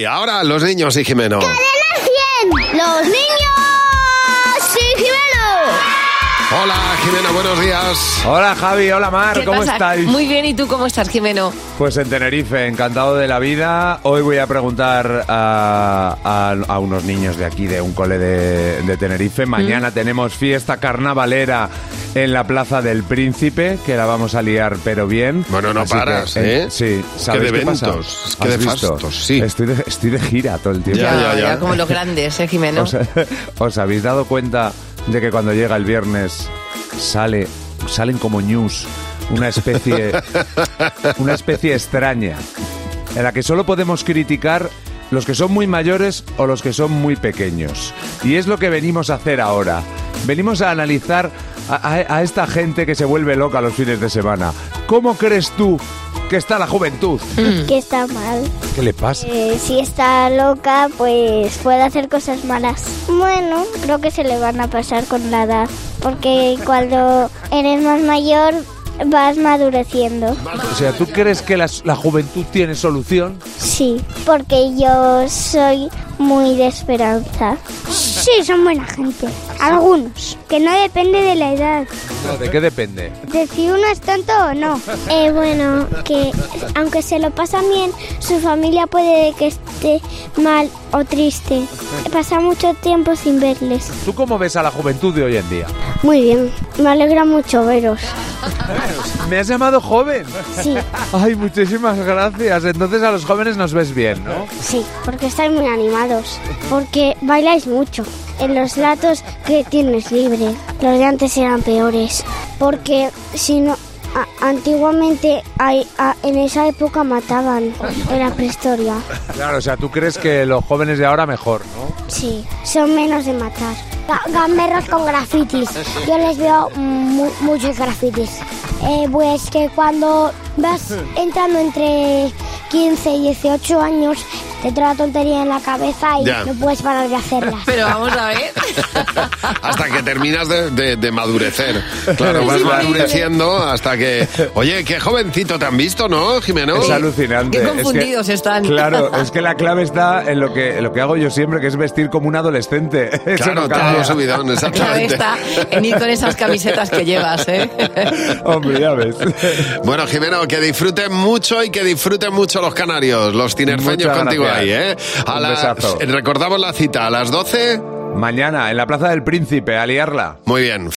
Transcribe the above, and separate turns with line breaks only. Y ahora los niños y Jimeno.
¡Los niños! ¡Sí,
Hola Jimeno, buenos días.
Hola Javi, hola Mar,
¿Qué
¿cómo
pasa?
estáis?
Muy bien, ¿y tú cómo estás, Jimeno?
Pues en Tenerife, encantado de la vida. Hoy voy a preguntar a, a- a unos niños de aquí, de un cole de, de Tenerife.
Mm.
Mañana tenemos fiesta carnavalera en la Plaza del Príncipe, que la vamos a liar, pero bien.
Bueno, no
que,
paras,
eh,
¿eh?
Sí,
Es que
¿sabéis
de
qué pasa?
eventos, es que
¿Has
de
visto?
fastos, sí.
Estoy de, estoy de gira todo el tiempo.
Ya, ya, ya.
como los grandes, ¿eh, Jimeno?
¿Os, os habéis dado cuenta de que cuando llega el viernes sale, salen como news una especie, una especie extraña en la que solo podemos criticar los que son muy mayores o los que son muy pequeños. Y es lo que venimos a hacer ahora. Venimos a analizar a, a- a esta gente que se vuelve loca los fines de semana. ¿Cómo crees tú que está la juventud?
que está mal.
¿Qué le pasa?
Eh, si está loca, pues puede hacer cosas malas. Bueno, creo que se le van a pasar con la edad, porque cuando eres más mayor vas madureciendo.
O sea, ¿tú crees que las- la juventud tiene solución?
Sí, porque yo soy muy de esperanza. Sí, son buena gente. Algunos. Que no depende de la edad.
No, ¿De qué depende?
De si uno es tonto o no. Eh, bueno, que aunque se lo pasan bien, su familia puede que esté mal o triste. Pasa mucho tiempo sin verles.
¿Tú cómo ves a la juventud de hoy en día?
Muy bien, me alegra mucho veros.
Me has llamado joven.
Sí,
Ay, muchísimas gracias. Entonces a los jóvenes nos ves bien, ¿no?
sí, porque estáis muy animados, porque bailáis mucho. En los latos que tienes libre, los de antes eran peores, porque si no... a- antiguamente hay- a- en esa época mataban, era prehistoria.
Claro, o sea, tú crees que los jóvenes de ahora mejor, ¿no?
Sí, son menos de matar. gamberros con grafitis. Yo les veo mu- muchos grafitis. Eh, pues que cuando vas entrando entre 15 y 18 años, te entra la tontería en la cabeza y
Ya.
no puedes parar de hacerlas.
Pero vamos a ver.
Hasta que terminas de, de- de madurecer. Claro,
Es
vas
increíble.
madureciendo hasta que... Oye, qué jovencito te han visto, ¿no, Jimeno?
Es alucinante.
Qué
Es que-
confundidos están.
Claro, es que la clave está en lo que, en lo que hago yo siempre, que es vestir como un adolescente. Eso
Claro,
no
te ha
cambia.
dado subidón,
Claro
exactamente.
está, en ir con esas camisetas que llevas, ¿eh?
Hombre, ya ves.
Bueno, Jimeno, que disfruten mucho y que disfruten mucho los canarios, los tinerfeños
Muchas
contigo
gracias.
ahí, ¿eh? A
Un
las-
besazo.
Recordamos la cita, a las 12.
Mañana, en la Plaza del Príncipe, a liarla.
Muy bien.